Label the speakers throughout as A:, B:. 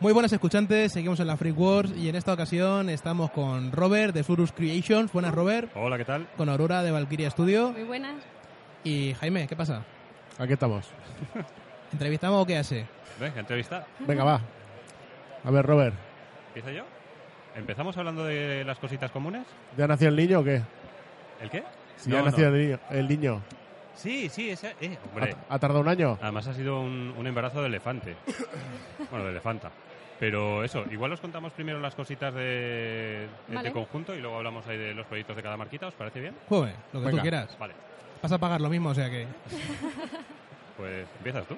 A: Muy buenas escuchantes, seguimos en la Free Wars y en esta ocasión estamos con Robert de Surus Creations. Buenas Robert.
B: Hola, ¿qué tal?
A: Con Aurora de Valkyria Studio
C: Muy buenas.
A: y Jaime, ¿qué pasa?
D: Aquí estamos.
A: ¿Entrevistamos o qué hace?
B: Venga, entrevista.
D: Venga, va. A ver, Robert,
B: ¿Empiezo yo? ¿Empezamos hablando de las cositas comunes?
D: ¿ya nació el niño o qué?
B: ¿El qué?
D: Si
B: No,
D: ya
B: no.
D: nació el niño. El niño.
B: Sí, sí, esa. eh,
D: ¿Ha,
B: hombre.
D: ha tardado un año?
B: Además ha sido un, un embarazo de elefante. bueno, de elefanta. Pero eso, igual os contamos primero las cositas de, de-
C: Vale.
B: de conjunto y luego hablamos ahí de los proyectos de cada marquita, ¿os parece bien?
A: Joven, lo que tú
D: Venga.
A: quieras.
B: Vale,
A: Vas a pagar lo mismo, o sea que...
B: pues empiezas tú.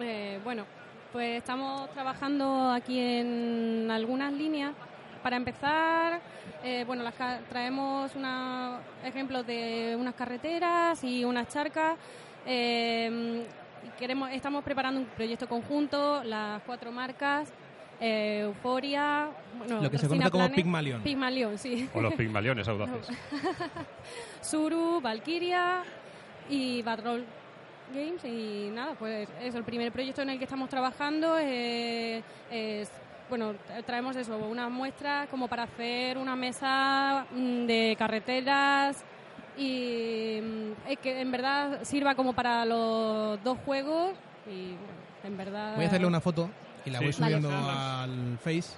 C: Eh, bueno, pues estamos trabajando aquí en algunas líneas. Para empezar, eh, bueno, las ca- traemos unos ejemplos de unas carreteras y unas charcas. Eh, y queremos, estamos preparando un proyecto conjunto, las cuatro marcas, eh, Euforia, bueno,
A: Lo que se
C: Resina
A: conoce como
C: Planet-
A: Pigmalion.
C: Pigmalión, sí.
B: O los pigmaliones audaces.
C: Suru, Valkyria y Batroll Games y nada, pues eso, el primer proyecto en el que estamos trabajando eh, es, bueno, traemos eso, unas muestras como para hacer una mesa mm, de carreteras y mm, eh, que en verdad sirva como para los dos juegos y bueno, en verdad...
A: Voy a hacerle una foto y la
B: Sí.
A: voy
B: Vale.
A: subiendo
B: Vale.
A: al Face.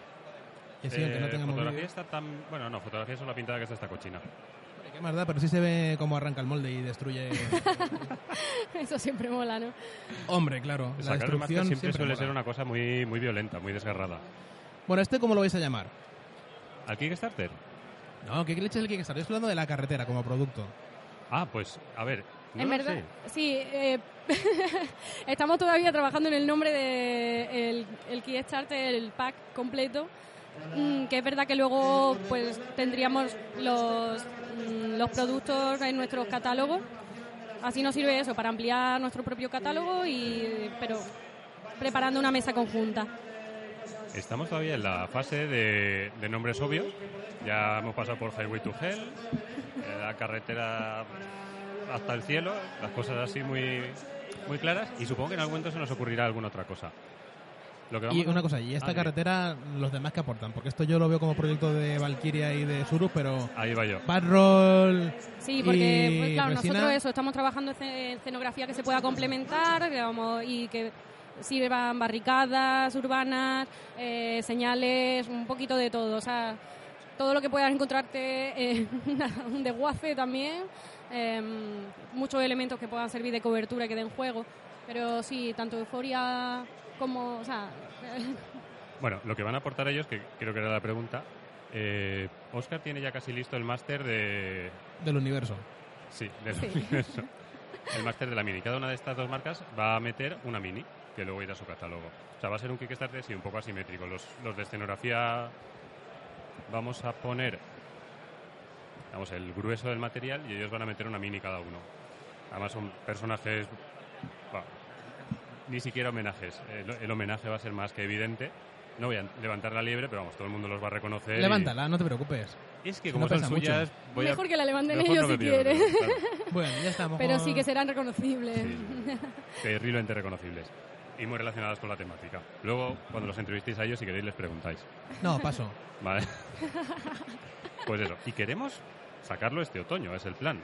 A: Y así, aunque no
B: Eh,
A: tengamos
B: fotografía
A: vídeo.
B: está tan... Bueno, no, fotografía es la pintada que está esta cochina.
A: Hombre, Qué más da, pero sí se ve cómo arranca el molde y destruye...
C: Eso siempre mola, ¿no?
A: Hombre, claro, la
B: Sacar el máster
A: destrucción
B: siempre, suele
A: mola.
B: ser una cosa muy, muy violenta, muy desgarrada.
A: Bueno, ¿este cómo lo vais a llamar?
B: ¿Al Kickstarter?
A: No, ¿qué leche es el Kickstarter? Estoy hablando de la carretera como producto.
B: Ah, pues, a ver. no
C: en
B: lo
C: verdad,
B: sé.
C: sí. eh, estamos todavía trabajando en el nombre de el, el Kickstarter, el pack completo. mm, que es verdad que luego pues tendríamos los, mm, los productos en nuestros catálogos. Así nos sirve eso, para ampliar nuestro propio catálogo, y pero preparando una mesa conjunta.
B: Estamos todavía en la fase de, de nombres obvios. Ya hemos pasado por Highway to Hell, eh, la carretera hasta el cielo, las cosas así muy, muy claras. Y supongo que en algún momento se nos ocurrirá alguna otra cosa. Lo que
A: Y
B: vamos a-
A: una cosa, y esta
B: Ah, sí.
A: carretera, los demás que aportan, porque esto yo lo veo como proyecto de Valkyria y de Surus, pero
B: Ahí va yo.
A: Badroll,
C: Sí, porque
A: Y
C: pues, claro,
A: resina.
C: nosotros eso, estamos trabajando en ce- en escenografía que se pueda complementar digamos, y que sirvan barricadas urbanas, eh, señales, un poquito de todo. O sea, todo lo que puedas encontrarte en una- un desguace también, eh, muchos elementos que puedan servir de cobertura y que den juego. Pero sí, tanto euforia como... O sea,
B: Bueno, lo que van a aportar ellos, que creo que era la pregunta. Eh, Oscar tiene ya casi listo el máster de,
A: del universo.
B: Sí, del
C: Sí.
B: universo. El máster de la Mini. Cada una de estas dos marcas va a meter una Mini, que luego irá a su catálogo. O sea, va a ser un Kickstarter, sí, un poco asimétrico. Los, los de escenografía vamos a poner, vamos, el grueso del material y ellos van a meter una Mini cada uno. Además son personajes, bah, ni siquiera homenajes. El, el homenaje va a ser más que evidente. No voy a levantar la liebre, pero vamos, todo el mundo los va a reconocer. y-
A: Levántala, no te preocupes.
B: Es que
A: No
B: como son
A: pesa mucho.
B: suyas, voy a-
C: mejor que la levanten
B: mejor
C: ellos
B: no me
C: si
B: pierdo,
C: quieren.
B: claro.
A: Bueno, ya estamos.
C: Pero sí que serán reconocibles.
B: Sí, terriblemente reconocibles y muy relacionadas con la temática. Luego, cuando los entrevistéis a ellos, si queréis, les preguntáis.
A: No, paso.
B: ¿Vale? Pues eso. Y queremos sacarlo este otoño, es el plan.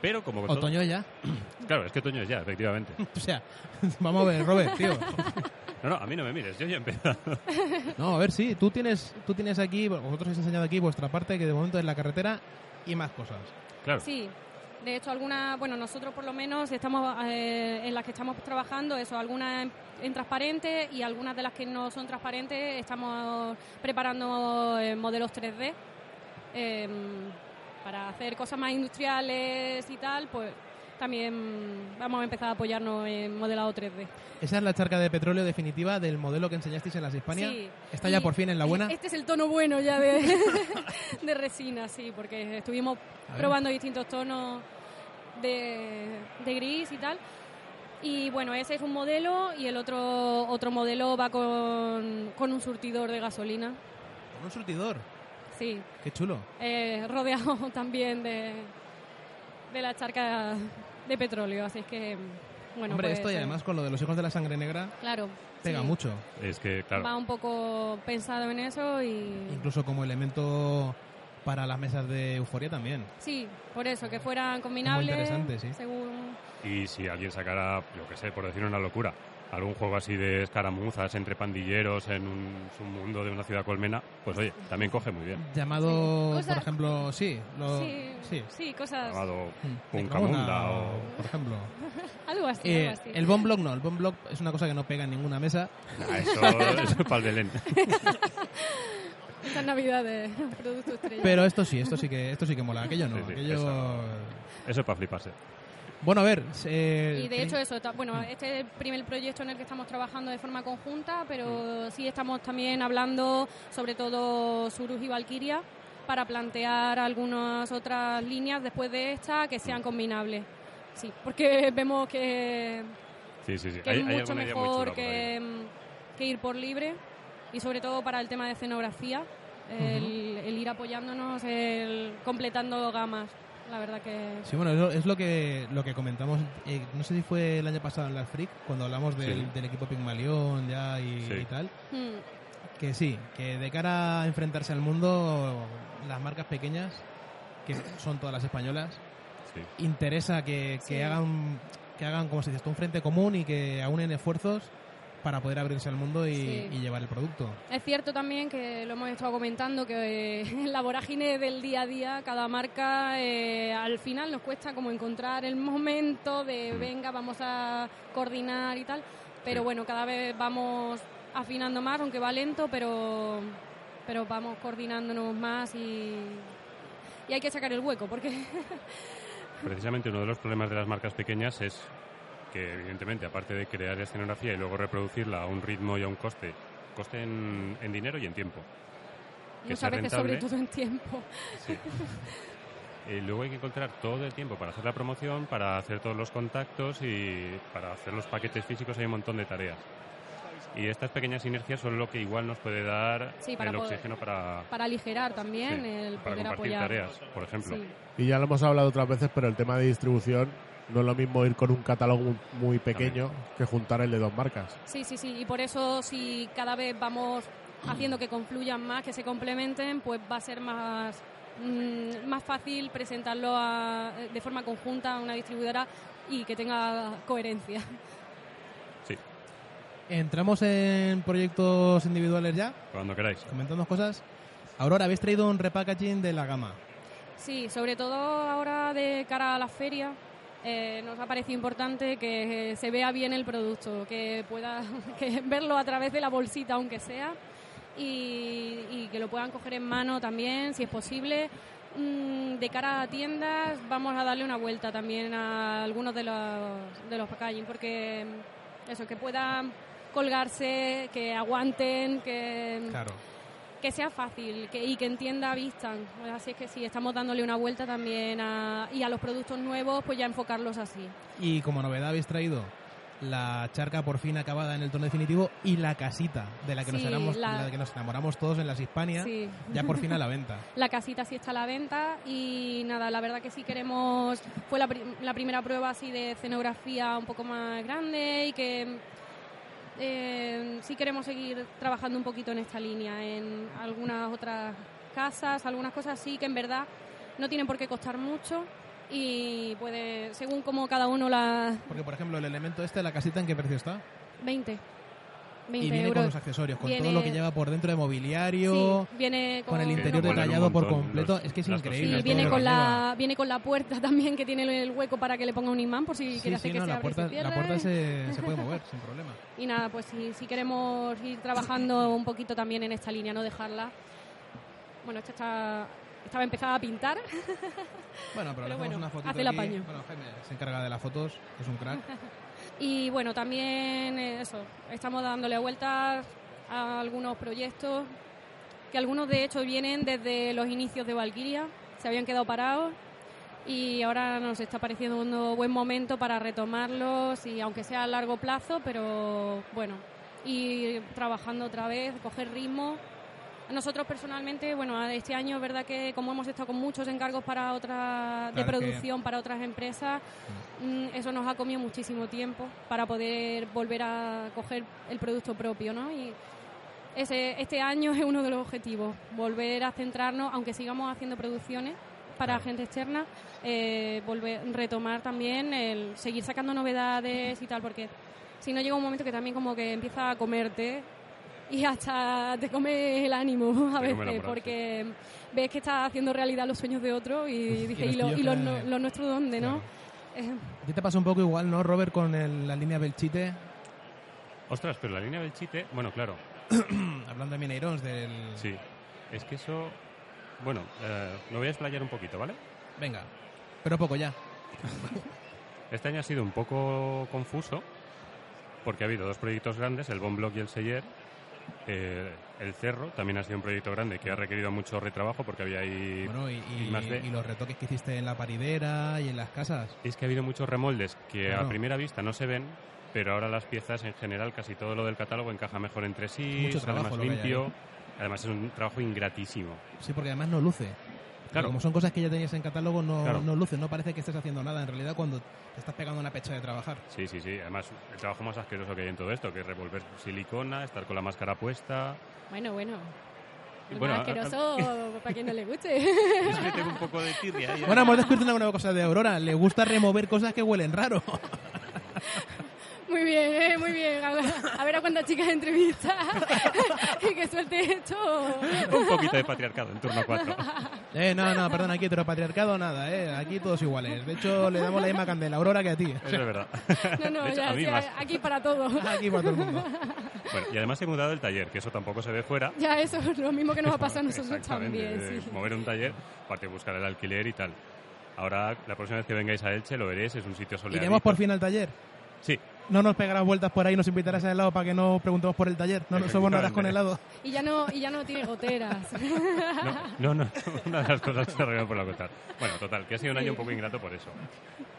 B: Pero como vosotros-
A: Otoño ya.
B: Claro, es que otoño es ya, efectivamente.
A: O sea, vamos a ver, Robert, tío.
B: No, no, a mí no me mires, yo ya he empezado.
A: No, a ver, sí, tú tienes, tú tienes aquí, vosotros habéis enseñado aquí vuestra parte, que de momento es la carretera y más cosas.
B: Claro.
C: Sí, de hecho algunas, bueno, nosotros por lo menos estamos eh, en las que estamos trabajando, eso, algunas en, en transparente y algunas de las que no son transparentes estamos preparando eh, modelos 3D em, para hacer cosas más industriales y tal, pues también vamos a empezar a apoyarnos en modelado 3D.
A: Esa es la charca de petróleo definitiva del modelo que enseñasteis en las Hispania.
C: Sí.
A: Está ya
C: Y
A: por fin en la buena.
C: Este es el tono bueno ya de, de resina, sí, porque estuvimos
A: A ver.
C: probando distintos tonos de, de gris y tal. Y bueno, ese es un modelo y el otro otro modelo va con, con un surtidor de gasolina,
A: Con un surtidor.
C: sí,
A: Qué chulo.
C: eh, rodeado también de, de la charca de petróleo. Así es que, bueno,
A: Hombre,
C: pues,
A: esto y
C: eh,
A: además con lo de los hijos de la sangre negra
C: claro,
A: pega
C: sí,
A: mucho.
B: Es que,
C: Va
B: claro,
C: un poco pensado en eso y
A: Incluso como elemento para las mesas de euforia también.
C: Sí, por eso, que fueran combinables.
A: interesante, sí.
C: Según...
B: y si alguien sacara, yo qué sé, por decir una locura, algún juego así de escaramuzas entre pandilleros en un submundo de una ciudad colmena, pues oye, también coge muy bien.
A: Llamado,
C: Sí. Cosa-
A: por ejemplo, Oh, sí. Lo,
C: sí, sí. cosas.
B: Llamado
A: Hmm.
B: Puncamunda o...
A: Necromunda, Por ejemplo.
C: Algo así,
A: Eh,
C: algo así.
A: el bomb block no. El bomb block es una cosa que no pega en ninguna mesa.
B: Nah, Ah, eso, eso es pal de Len.
C: Estas navidades, producto estrella.
A: Pero esto sí, esto sí que, esto sí que mola. Aquello no.
B: Sí, sí,
A: aquello...
B: eso. Eso es para fliparse.
A: Bueno, a ver. eh,
C: Y de hecho eso, ta- bueno, este es el primer proyecto en el que estamos trabajando de forma conjunta,
A: Mm.
C: pero sí estamos también hablando sobre todo Surus y Valkyria para plantear algunas otras líneas después de esta que sean combinables. Sí, porque vemos que
B: Sí, sí, sí.
C: que
B: hay,
C: es
B: hay
C: mucho
B: alguna idea muy
C: mejor
B: chula por ahí.
C: que, mm, que ir por libre y sobre todo para el tema de escenografía, el, el ir apoyándonos, el completando gamas, la verdad que...
A: Sí, bueno, eso es lo que, lo que comentamos, eh, no sé si fue el año pasado en las Freak, cuando hablamos del,
B: Sí.
A: del equipo Pigmalión ya y,
B: Sí.
A: y tal,
C: Mm,
A: que sí, que de cara a enfrentarse al mundo, las marcas pequeñas, que son todas las españolas,
B: Sí.
A: interesa que, que
C: Sí.
A: hagan, que hagan como se dice, esto, un frente común y que aunen esfuerzos para poder abrirse al mundo y,
C: Sí.
A: y llevar el producto.
C: Es cierto también que lo hemos estado comentando, que eh, en la vorágine del día a día, cada marca eh, al final nos cuesta como encontrar el momento de
B: Mm.
C: venga, vamos a coordinar y tal, pero
B: Sí.
C: bueno, cada vez vamos afinando más, aunque va lento, pero, pero vamos coordinándonos más y, y hay que sacar el hueco, porque
B: Precisamente uno de los problemas de las marcas pequeñas es que, evidentemente, aparte de crear escenografía y luego reproducirla a un ritmo y a un coste, coste en, en dinero y en tiempo. Que sea
C: muchas veces, sobre
B: rentable.
C: todo en tiempo,
B: Sí. Eh, luego hay que encontrar todo el tiempo para hacer la promoción, para hacer todos los contactos y para hacer los paquetes físicos. Hay un montón de tareas. Y estas pequeñas sinergias son lo que igual nos puede dar
C: Sí, para
B: el
C: poder-
B: oxígeno para,
C: para aligerar también
B: sí,
C: el
B: para
C: poder
B: compartir
C: apoyar.
B: tareas, por ejemplo.
C: Sí.
D: Y ya lo hemos hablado otras veces, pero el tema de distribución no es lo mismo ir con un catálogo muy- muy pequeño que juntar el de dos marcas.
C: Sí, sí, sí. Y por eso si cada vez vamos haciendo que confluyan más, que se complementen, pues va a ser más mm, más fácil presentarlo a- de forma conjunta a una distribuidora y que tenga coherencia.
B: Sí,
A: Entramos en proyectos individuales ya,
B: cuando queráis.
A: comentando cosas. Aurora, habéis traído un repackaging de la gama.
C: Sí, sobre todo ahora de cara a la feria. eh, nos ha parecido importante que eh, se vea bien el producto, que pueda que verlo a través de la bolsita, aunque sea, y, y que lo puedan coger en mano también, si es posible. Mm, de cara a tiendas, vamos a darle una vuelta también a algunos de los, de los packaging, porque mm, eso, que puedan colgarse, que aguanten, que mm,
A: Claro.
C: que sea fácil que, y que entienda Vistan. Así es que sí, estamos dándole una vuelta también a, y a los productos nuevos, pues ya enfocarlos así.
A: Y como novedad habéis traído la charca por fin acabada en el tono definitivo y la casita de la que, nos,
C: Sí,
A: enamoramos,
C: la-
A: la... que nos enamoramos todos en las Hispania,
C: Sí.
A: ya por fin a la venta.
C: La casita sí está a la venta y nada, la verdad que sí queremos, fue la, pri- la primera prueba así de escenografía un poco más grande y que eh, sí queremos seguir trabajando un poquito en esta línea, en algunas otras casas, algunas cosas sí que en verdad no tienen por qué costar mucho y puede, según como cada uno la,
A: Porque, por ejemplo, el elemento este, la casita, ¿en qué precio está?
C: 20. 20
A: y viene con
C: euros.
A: los accesorios, con todo
C: Viene-
A: lo que lleva por dentro de mobiliario,
C: Sí, viene con,
A: con el
B: Que
A: interior
B: le ponen
A: detallado
B: un
A: por
B: montón
A: completo.
B: los-
A: es que es
B: las
C: Sí,
A: increíble.
B: cositas,
A: todo lo
C: viene
A: que
C: con
A: lleva.
C: la viene con la puerta también que tiene el hueco para que le ponga un imán por si
A: Sí,
C: quiere hacer
A: sí,
C: que
A: no,
C: se
A: la
C: abra y se ¿eh?
A: puerta, la
C: cierre.
A: puerta se, se puede mover sin problema.
C: Y nada, pues si, si queremos ir trabajando un poquito también en esta línea, no dejarla. Bueno, esta está estaba empezada a pintar.
A: Bueno, pero, le hacemos
C: bueno,
A: una fotito
C: hace el
A: aquí.
C: apaño.
A: Bueno, Jaime se encarga de las fotos, es un crack.
C: Y bueno, también eh, eso, estamos dándole vueltas a algunos proyectos, que algunos de hecho vienen desde los inicios de Valkyria, se habían quedado parados y ahora nos está pareciendo un buen momento para retomarlos y aunque sea a largo plazo, pero bueno, ir trabajando otra vez, coger ritmo. Nosotros personalmente, bueno, a- este año es verdad que como hemos estado con muchos encargos para
A: Claro,
C: otra, de
A: es que-
C: producción para otras empresas, Mm, eso nos ha comido muchísimo tiempo para poder volver a coger el producto propio, ¿no? Y ese, este año es uno de los objetivos, volver a centrarnos, aunque sigamos haciendo producciones para gente externa, eh, volver, retomar también el seguir sacando novedades y tal, porque si no llega un momento que también como que empieza a comerte y hasta te come el ánimo a
B: Te come la
C: veces,
B: moral,
C: porque ves que estás haciendo realidad los sueños de otro y dije, ¿y,
A: los
C: lo-
A: tuyos
C: y los,
A: que-
C: no- los nuestros dónde, no? Eh,
A: ¿A ti te pasa un poco igual, no, Robert, con el- la línea Belchite?
B: Ostras, pero la línea del chite, bueno, claro,
A: Mm, Hablando de Mineirons, del...
B: sí. Es que eso, bueno, eh, lo voy a explayar un poquito, ¿vale?
A: Venga, pero poco ya.
B: Este año ha sido un poco confuso porque ha habido dos proyectos grandes, el Bomb Block y el Seller. Eh, el Cerro también ha sido un proyecto grande que ha requerido mucho retrabajo porque había ahí...
A: Bueno, y, y-
B: y más de-
A: y los retoques que hiciste en la paridera y en las casas.
B: Es que ha habido muchos remoldes que
A: Claro.
B: a primera vista no se ven, pero ahora las piezas en general, casi todo lo del catálogo encaja mejor entre sí,
A: Mucho
B: sale
A: trabajo
B: más
A: lo que hay
B: limpio. Además es un trabajo ingratísimo.
A: Sí, porque además no luce.
B: Claro.
A: Como son cosas que ya tenías en catálogo, no,
B: Claro.
A: no luce, no parece que estés haciendo nada en realidad cuando te estás pegando una pecha de trabajar.
B: Sí, sí, sí. Además, el trabajo más asqueroso que hay en todo esto, que es revolver silicona, estar con la máscara puesta.
C: Bueno, bueno.
B: Y
C: Es
B: bueno,
C: más
B: a-
C: asqueroso para quien no le guste.
E: Es que tengo un poco de tirria. ¿eh? ahí.
A: Bueno, hemos descubierto una nueva cosa de Aurora. Le gusta remover cosas que huelen raro.
C: muy bien, eh, muy bien. A ver, a ver a cuántas chicas entrevista y que suelte esto.
B: Un poquito de patriarcado en turno 4.
A: Eh, no, no, perdón, aquí heteropatriarcado nada, eh. Aquí todos iguales. De hecho, le damos la misma candela a Aurora que a ti.
B: Eso es verdad.
C: No, no,
B: De hecho,
C: ya,
B: a mí
C: sí,
B: más.
C: aquí para todo.
A: Aquí para todo el mundo.
B: Bueno, y además he mudado el taller, que eso tampoco se ve fuera.
C: Ya eso es lo mismo que nos va a pasar a nosotros
B: Exactamente,
C: también.
B: de
C: sí.
B: Mover un taller, aparte buscar el alquiler y tal. Ahora, la próxima vez que vengáis a Elche, lo veréis, es un sitio soleado.
A: Iremos por fin al taller.
B: Sí,
A: No nos pegarás vueltas por ahí, nos invitarás a helado para que no preguntemos por el taller. No nos sobornarás con helado.
C: Y ya no, y ya no tiene goteras.
B: No, no, no, una de las cosas que se arreglan por la contar. Bueno, total, que ha sido un año un poco ingrato por eso.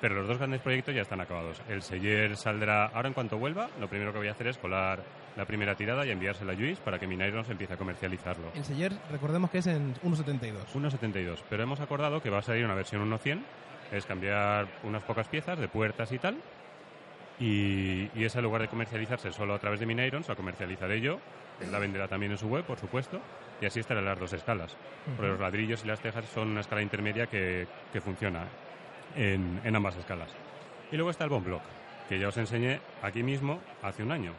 B: Pero los dos grandes proyectos ya están acabados. El Seller saldrá ahora en cuanto vuelva. Lo primero que voy a hacer es colar la primera tirada y enviársela a Luis para que Minairos empiece a comercializarlo.
A: El seller, recordemos que es en 1.72.
B: 1.72, pero hemos acordado que va a salir una versión 1.100, es cambiar unas pocas piezas de puertas y tal. Y, y esa, en lugar de comercializarse solo a través de Mineirons, la comercializaré yo. Él La venderá también en su web, por supuesto. Y así estarán las dos escalas. Porque los ladrillos y las tejas son una escala intermedia que, que funciona en, en ambas escalas. Y luego está el bomb block, que ya os enseñé aquí mismo hace un año.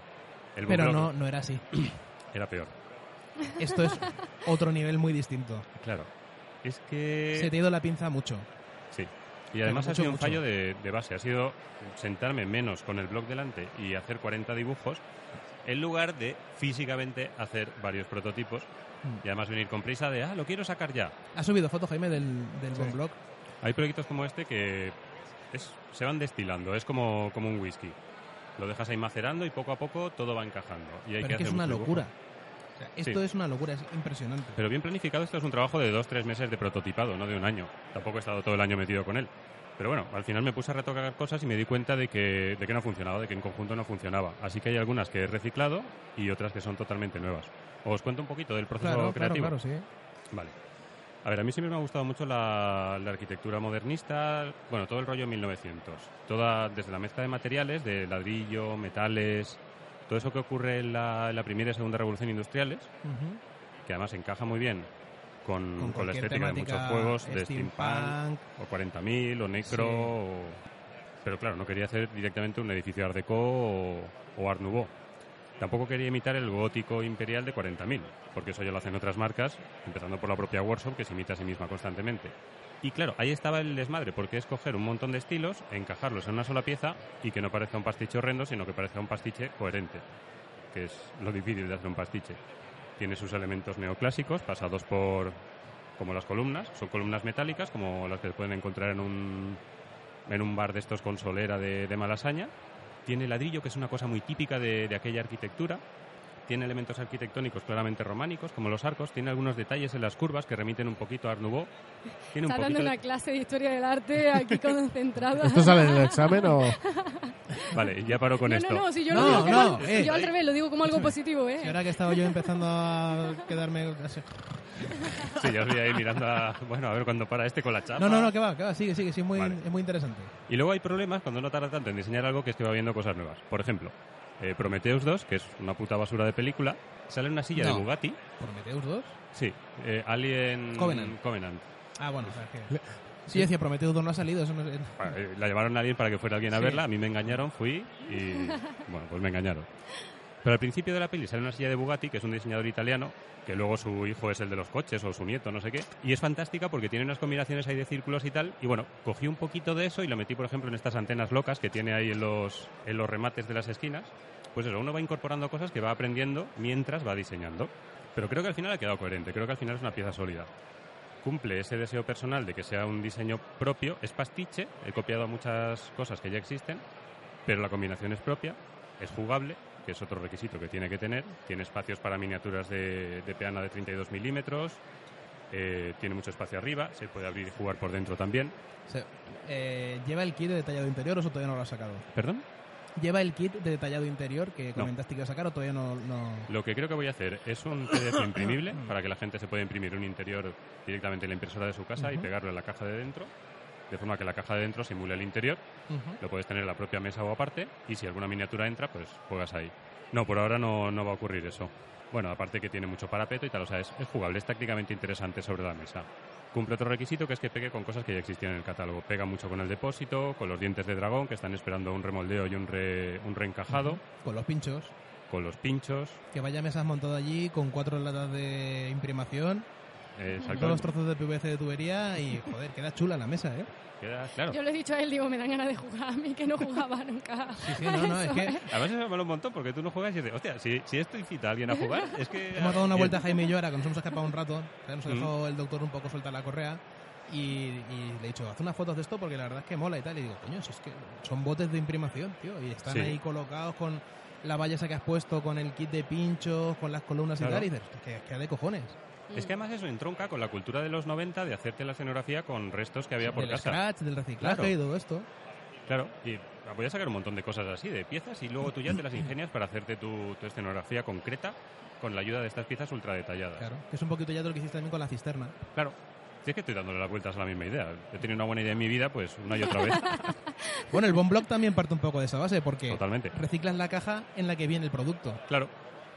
B: El bomb
A: Pero
B: block
A: no, no era así.
B: era peor.
A: Esto es otro nivel muy distinto.
B: Claro. Es que...
A: Se te ha ido la pinza mucho.
B: Sí. Y además
A: Pero
B: ha sido
A: mucho,
B: un fallo de, de base. Ha sido sentarme menos con el blog delante y hacer 40 dibujos en lugar de físicamente hacer varios prototipos
A: Mm.
B: y además venir con prisa de, ah, lo quiero sacar ya.
A: ¿Has subido fotos, Jaime, del, del buen blog?
B: Hay proyectos como este que es- se van destilando. Es como, como un whisky. Lo dejas ahí macerando y poco a poco todo va encajando. Y hay
A: Pero
B: que
A: es que
B: hacer
A: es una
B: mucho dibujo.
A: locura. O sea, esto
B: Sí.
A: es una locura, es impresionante.
B: Pero bien planificado, esto es un trabajo de dos, tres meses de prototipado, no de un año. Tampoco he estado todo el año metido con él. Pero bueno, al final me puse a retocar cosas y me di cuenta de que, de que no funcionaba, de que en conjunto no funcionaba. Así que hay algunas que he reciclado y otras que son totalmente nuevas. Os cuento un poquito del proceso
A: claro, claro,
B: creativo.
A: claro, sí.
B: Vale. A ver, a mí siempre me ha gustado mucho la, la arquitectura modernista, bueno, todo el rollo 1900. Toda, desde la mezcla de materiales, de ladrillo, metales, todo eso que ocurre en la, en la primera y segunda revolución industriales,
A: Ujú.
B: que además encaja muy bien Mm, con, con la
A: cualquier
B: estética de muchos
A: temática,
B: juegos, de steampunk,
A: steampunk.
B: o 40.000, o necro,
A: Sí.
B: o- pero claro, no quería hacer directamente un edificio Art Deco o, o Art Nouveau. Tampoco quería imitar el gótico imperial de 40.000, porque eso ya lo hacen otras marcas, empezando por la propia Workshop, que se imita a sí misma constantemente. Y claro, ahí estaba el desmadre, porque es coger un montón de estilos, encajarlos en una sola pieza y que no parezca un pastiche horrendo, sino que parezca un pastiche coherente, que es lo difícil de hacer un pastiche. Tiene sus elementos neoclásicos, pasados por, como las columnas. Son columnas metálicas, como las que se pueden encontrar en un, en un bar de estos con solera de, de Malasaña. Tiene ladrillo, que es una cosa muy típica de, de aquella arquitectura. Tiene elementos arquitectónicos claramente románicos, como los arcos. Tiene algunos detalles en las curvas que remiten un poquito a Art Nouveau. Tiene un
C: Está
B: poquito
C: dando
B: de-
C: una clase de historia del arte aquí concentrada.
D: ¿Esto sale en el examen o...?
B: Vale, ya paro con
C: no,
B: esto.
C: no, no, si yo,
A: No,
C: lo digo como-
A: no,
C: si
A: eh.
C: yo al revés lo digo como algo positivo,
A: Si
C: ¿eh?
A: ahora que estaba yo empezando a quedarme así.
B: Sí, ya os voy a ir mirando a... Bueno, a ver cuándo para este con la chapa.
A: No, no, no, que va, que va, sigue, sigue, sí, es muy,
B: Vale.
A: es muy interesante.
B: Y luego hay problemas cuando no tarda tanto en diseñar algo que es que va viendo cosas nuevas. Por ejemplo, eh, Prometheus 2, que es una puta basura de película, sale en una silla
A: No.
B: de Bugatti.
A: ¿Prometheus 2?
B: Sí, eh, Alien
A: Covenant. Ah, bueno, o sea, que... Sí, decía, Prometheus 2 no ha salido, eso no es...
B: Bueno, eh, la llevaron a alguien para que fuera alguien a
A: Sí.
B: verla, a mí me engañaron, fui y bueno, pues me engañaron. Pero al principio de la peli sale una silla de Bugatti, que es un diseñador italiano, que luego su hijo es el de los coches o su nieto, no sé qué. Y es fantástica porque tiene unas combinaciones ahí de círculos y tal. Y bueno, cogí un poquito de eso y lo metí, por ejemplo, en estas antenas locas que tiene ahí en los, en los remates de las esquinas. Pues eso, uno va incorporando cosas que va aprendiendo mientras va diseñando. Pero creo que al final ha quedado coherente, creo que al final es una pieza sólida. Cumple ese deseo personal de que sea un diseño propio, es pastiche, he copiado muchas cosas que ya existen, pero la combinación es propia, es jugable, que es otro requisito que tiene que tener, tiene espacios para miniaturas de, de peana de 32 milímetros, eh, tiene mucho espacio arriba, se puede abrir y jugar por dentro también.
A: O sea, eh, ¿Lleva el kit de detallado interior o eso todavía no lo ha sacado?
B: ¿Perdón?
A: ¿Lleva el kit de detallado interior que
B: No.
A: comentaste que iba a sacar o todavía no...? no...
B: Lo que creo que voy a hacer es un PDF imprimible para que la gente se pueda imprimir un interior directamente en la impresora de su casa y
A: Ujú.
B: pegarlo en la caja de dentro, de forma que la caja de dentro simule el interior
A: Ujú.
B: Lo puedes tener en la propia mesa o aparte y si alguna miniatura entra, pues juegas ahí. No, por ahora no, no va a ocurrir eso. Bueno, aparte que tiene mucho parapeto y tal, o sea, es, es jugable, es tácticamente interesante sobre la mesa. Cumple otro requisito que es que pegue con cosas que ya existían en el catálogo. Pega mucho con el depósito, con los dientes de dragón que están esperando un remoldeo y un, re- un reencajado,
A: Con los pinchos.
B: con los pinchos,
A: Que vaya mesas montado allí con cuatro latas de imprimación,
B: eh,
A: todos los
B: exactamente.
A: trozos de PVC de tubería y, joder, queda chula la mesa, ¿eh?
B: Queda- claro.
C: Yo le he dicho a él, digo, me dan ganas de jugar a mí, que no jugaba nunca.
A: Sí, sí, no, no, es
C: Eso,
A: que
C: ¿eh?
B: Además eso me mola un montón porque tú no juegas y dices, hostia, si, si esto incita a alguien a jugar, es que...
A: hemos dado una
B: Bien.
A: vuelta a Jaime y yo ahora, que nos hemos escapado un rato, ¿sabes? nos ha
B: Ujú.
A: dejado el doctor un poco suelta la correa y, y le he dicho, haz unas fotos de esto porque la verdad es que mola y tal. Y digo, coño, si es que son botes de imprimación, tío, y están
B: Sí.
A: ahí colocados con la valla esa que has puesto, con el kit de pinchos, con las columnas
B: Claro.
A: y tal, y dices, que queda de cojones.
B: Es que además eso entronca con la cultura de los 90 de hacerte la escenografía con restos que había por
A: del
B: casa.
A: scratch, del reciclaje
B: Claro.
A: y todo esto.
B: Claro, y voy a sacar un montón de cosas así, de piezas, y luego tú ya te las ingenias para hacerte tu, tu escenografía concreta con la ayuda de estas piezas ultra detalladas.
A: Claro, que es un poquito ya de lo que hiciste también con la cisterna.
B: Claro, si es que estoy dándole las vueltas a la misma idea. He tenido una buena idea en mi vida, pues una y otra vez,
A: Bueno, el Bon Block también parte un poco de esa base porque
B: totalmente.
A: reciclas la caja en la que viene el producto.
B: Claro,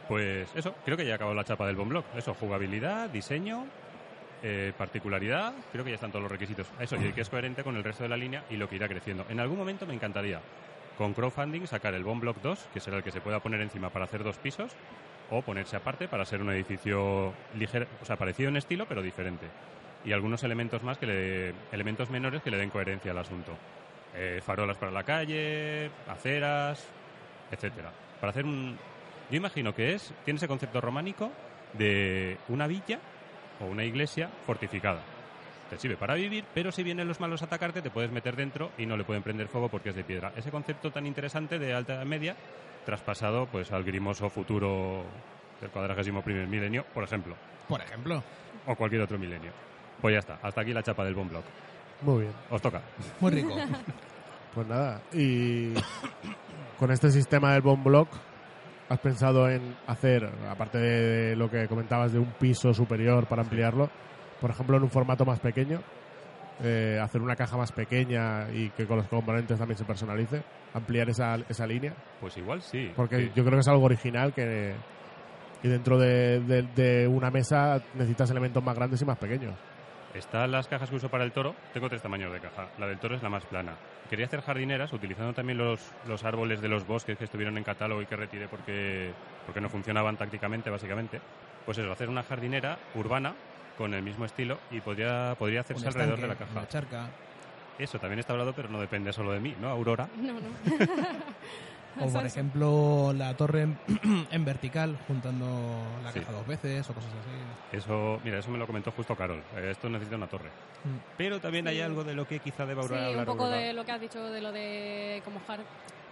B: pues eso, creo que ya ha acabado la chapa del Bonblock. Eso, jugabilidad, diseño, eh, particularidad, creo que ya están todos los requisitos. Eso, y que es coherente con el resto de la línea y lo que irá creciendo. En algún momento me encantaría con crowdfunding sacar el Bonblock 2, que será el que se pueda poner encima para hacer dos pisos, o ponerse aparte para ser un edificio ligero, o sea, parecido en estilo, pero diferente. Y algunos elementos más que le, elementos menores que le den coherencia al asunto. Eh, farolas para la calle, aceras, etcétera. Para hacer un, yo imagino que es, tiene ese concepto románico de una villa o una iglesia fortificada. Te sirve para vivir, pero si vienen los malos a atacarte, te puedes meter dentro y no le pueden prender fuego porque es de piedra. Ese concepto tan interesante de alta Edad media, traspasado pues al grimoso futuro del cuadragésimo primer milenio, por ejemplo,
A: Por ejemplo.
B: o cualquier otro milenio. Pues ya está, hasta aquí la chapa del Bonblock.
D: Muy bien.
B: Os toca.
A: Muy rico.
D: Pues nada, y con este sistema del bomb block, ¿has pensado en hacer, aparte de lo que comentabas de un piso superior para ampliarlo, por ejemplo, en un formato más pequeño? Eh, hacer una caja más pequeña y que con los componentes también se personalice, ampliar esa, esa línea,
B: Pues igual sí.
D: porque
B: Sí.
D: yo creo que es algo original que, que dentro de, de- de una mesa necesitas elementos más grandes y más pequeños.
B: Están las cajas que uso para el toro. Tengo tres tamaños de caja. La del toro es la más plana. Quería hacer jardineras utilizando también los, los árboles de los bosques que estuvieron en catálogo y que retiré porque, porque no funcionaban tácticamente, básicamente. Pues eso, hacer una jardinera urbana con el mismo estilo y podría,
A: Un
B: podría hacerse alrededor
A: estanque,
B: de la caja.
A: Una charca.
B: Eso también está hablado, pero no depende solo de mí, ¿no, Aurora?
C: No, no.
A: O por ejemplo, la torre en, en vertical, juntando la
B: Sí.
A: caja dos veces o cosas así.
B: Eso, mira, eso me lo comentó justo Carol. Eh, Esto necesita una torre.
A: Mm.
E: Pero también hay algo de lo que quizá deba
C: Sí,
E: hablar.
C: un poco
E: Aurora.
C: de lo que has dicho de lo de como jar-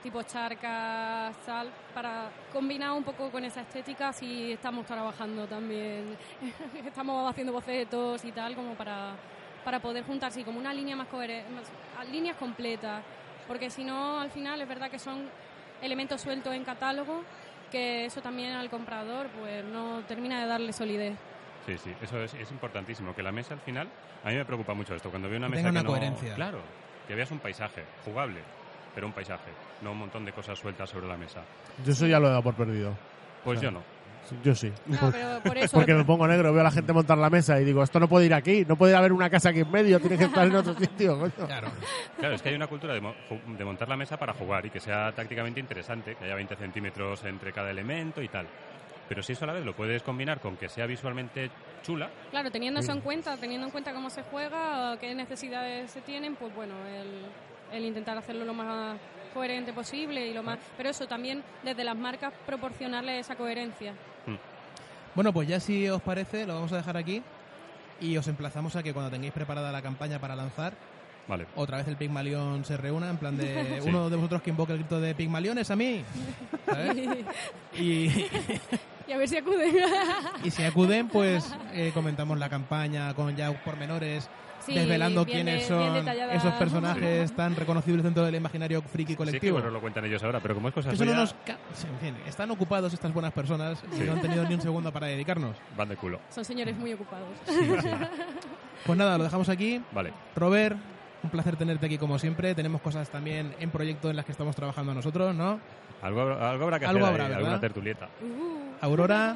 C: tipo charcas, sal, para combinar un poco con esa estética si estamos trabajando también, estamos haciendo bocetos y tal, como para, para poder juntar, sí, como una línea más coherente, líneas completas, porque si no, al final es verdad que son elementos sueltos en catálogo, que eso también al comprador pues no termina de darle solidez.
B: Sí, sí, eso es, es importantísimo. Que la mesa al final, a mí me preocupa mucho esto. Cuando veo una
A: Que
B: mesa
A: tenga una
B: que no-
A: coherencia.
B: Claro, que veas un paisaje jugable, pero un paisaje, no un montón de cosas sueltas sobre la mesa.
D: Yo eso ya lo he dado por perdido.
B: Pues yo
D: Claro.
B: no.
D: Yo sí.
C: No, Ah, pero por eso
D: Porque me pongo negro, veo a la gente montar la mesa y digo, esto no puede ir aquí, no puede haber una casa aquí en medio, tiene que estar en otro sitio. coño.
A: Claro.
B: Claro, es que hay una cultura de, mo- ju- de montar la mesa para jugar y que sea tácticamente interesante, que haya 20 centímetros entre cada elemento y tal. Pero si eso a la vez lo puedes combinar con que sea visualmente chula,
C: Claro, teniendo eso en cuenta, teniendo en cuenta cómo se juega, qué necesidades se tienen, pues bueno, el, el intentar hacerlo lo más coherente posible y lo más... Pero eso también, desde las marcas, proporcionarle esa coherencia.
A: Bueno, pues ya si os parece, lo vamos a dejar aquí y os emplazamos a que cuando tengáis preparada la campaña para lanzar,
B: vale.
A: otra vez el Pigmalión se reúna en plan de
B: Sí.
A: uno de vosotros que invoque el grito de Pigmalión es a mí. ¿sabes? Y,
C: y a ver si acude.
A: y si acuden, pues eh, comentamos la campaña con ya pormenores,
C: Sí,
A: desvelando
C: bien
A: quiénes
C: de- bien
A: son
C: detallada.
A: esos personajes tan reconocibles dentro del imaginario friki
B: Sí que
A: colectivo.
B: bueno, lo cuentan ellos ahora, pero como es cosa
A: que son
B: suya,
A: unos ca- en fin, están ocupados estas buenas personas y
B: Sí.
A: no han tenido ni un segundo para dedicarnos.
B: van de culo.
C: Son señores muy ocupados.
A: Pues nada, lo dejamos aquí.
B: Vale.
A: Robert, un placer tenerte aquí como siempre. Tenemos cosas también en proyecto en las que estamos trabajando nosotros, ¿no?
B: Algo, habrá- algo habrá que
A: Algo
B: hacer,
A: habrá,
B: ahí,
A: ¿verdad?
B: alguna tertulieta.
C: Uh,
A: Aurora,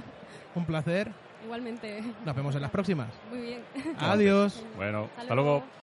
A: un placer.
C: igualmente,
A: Nos vemos en las próximas.
C: muy bien.
A: Adiós.
B: Bueno,
C: Hasta
B: hasta luego.
C: luego.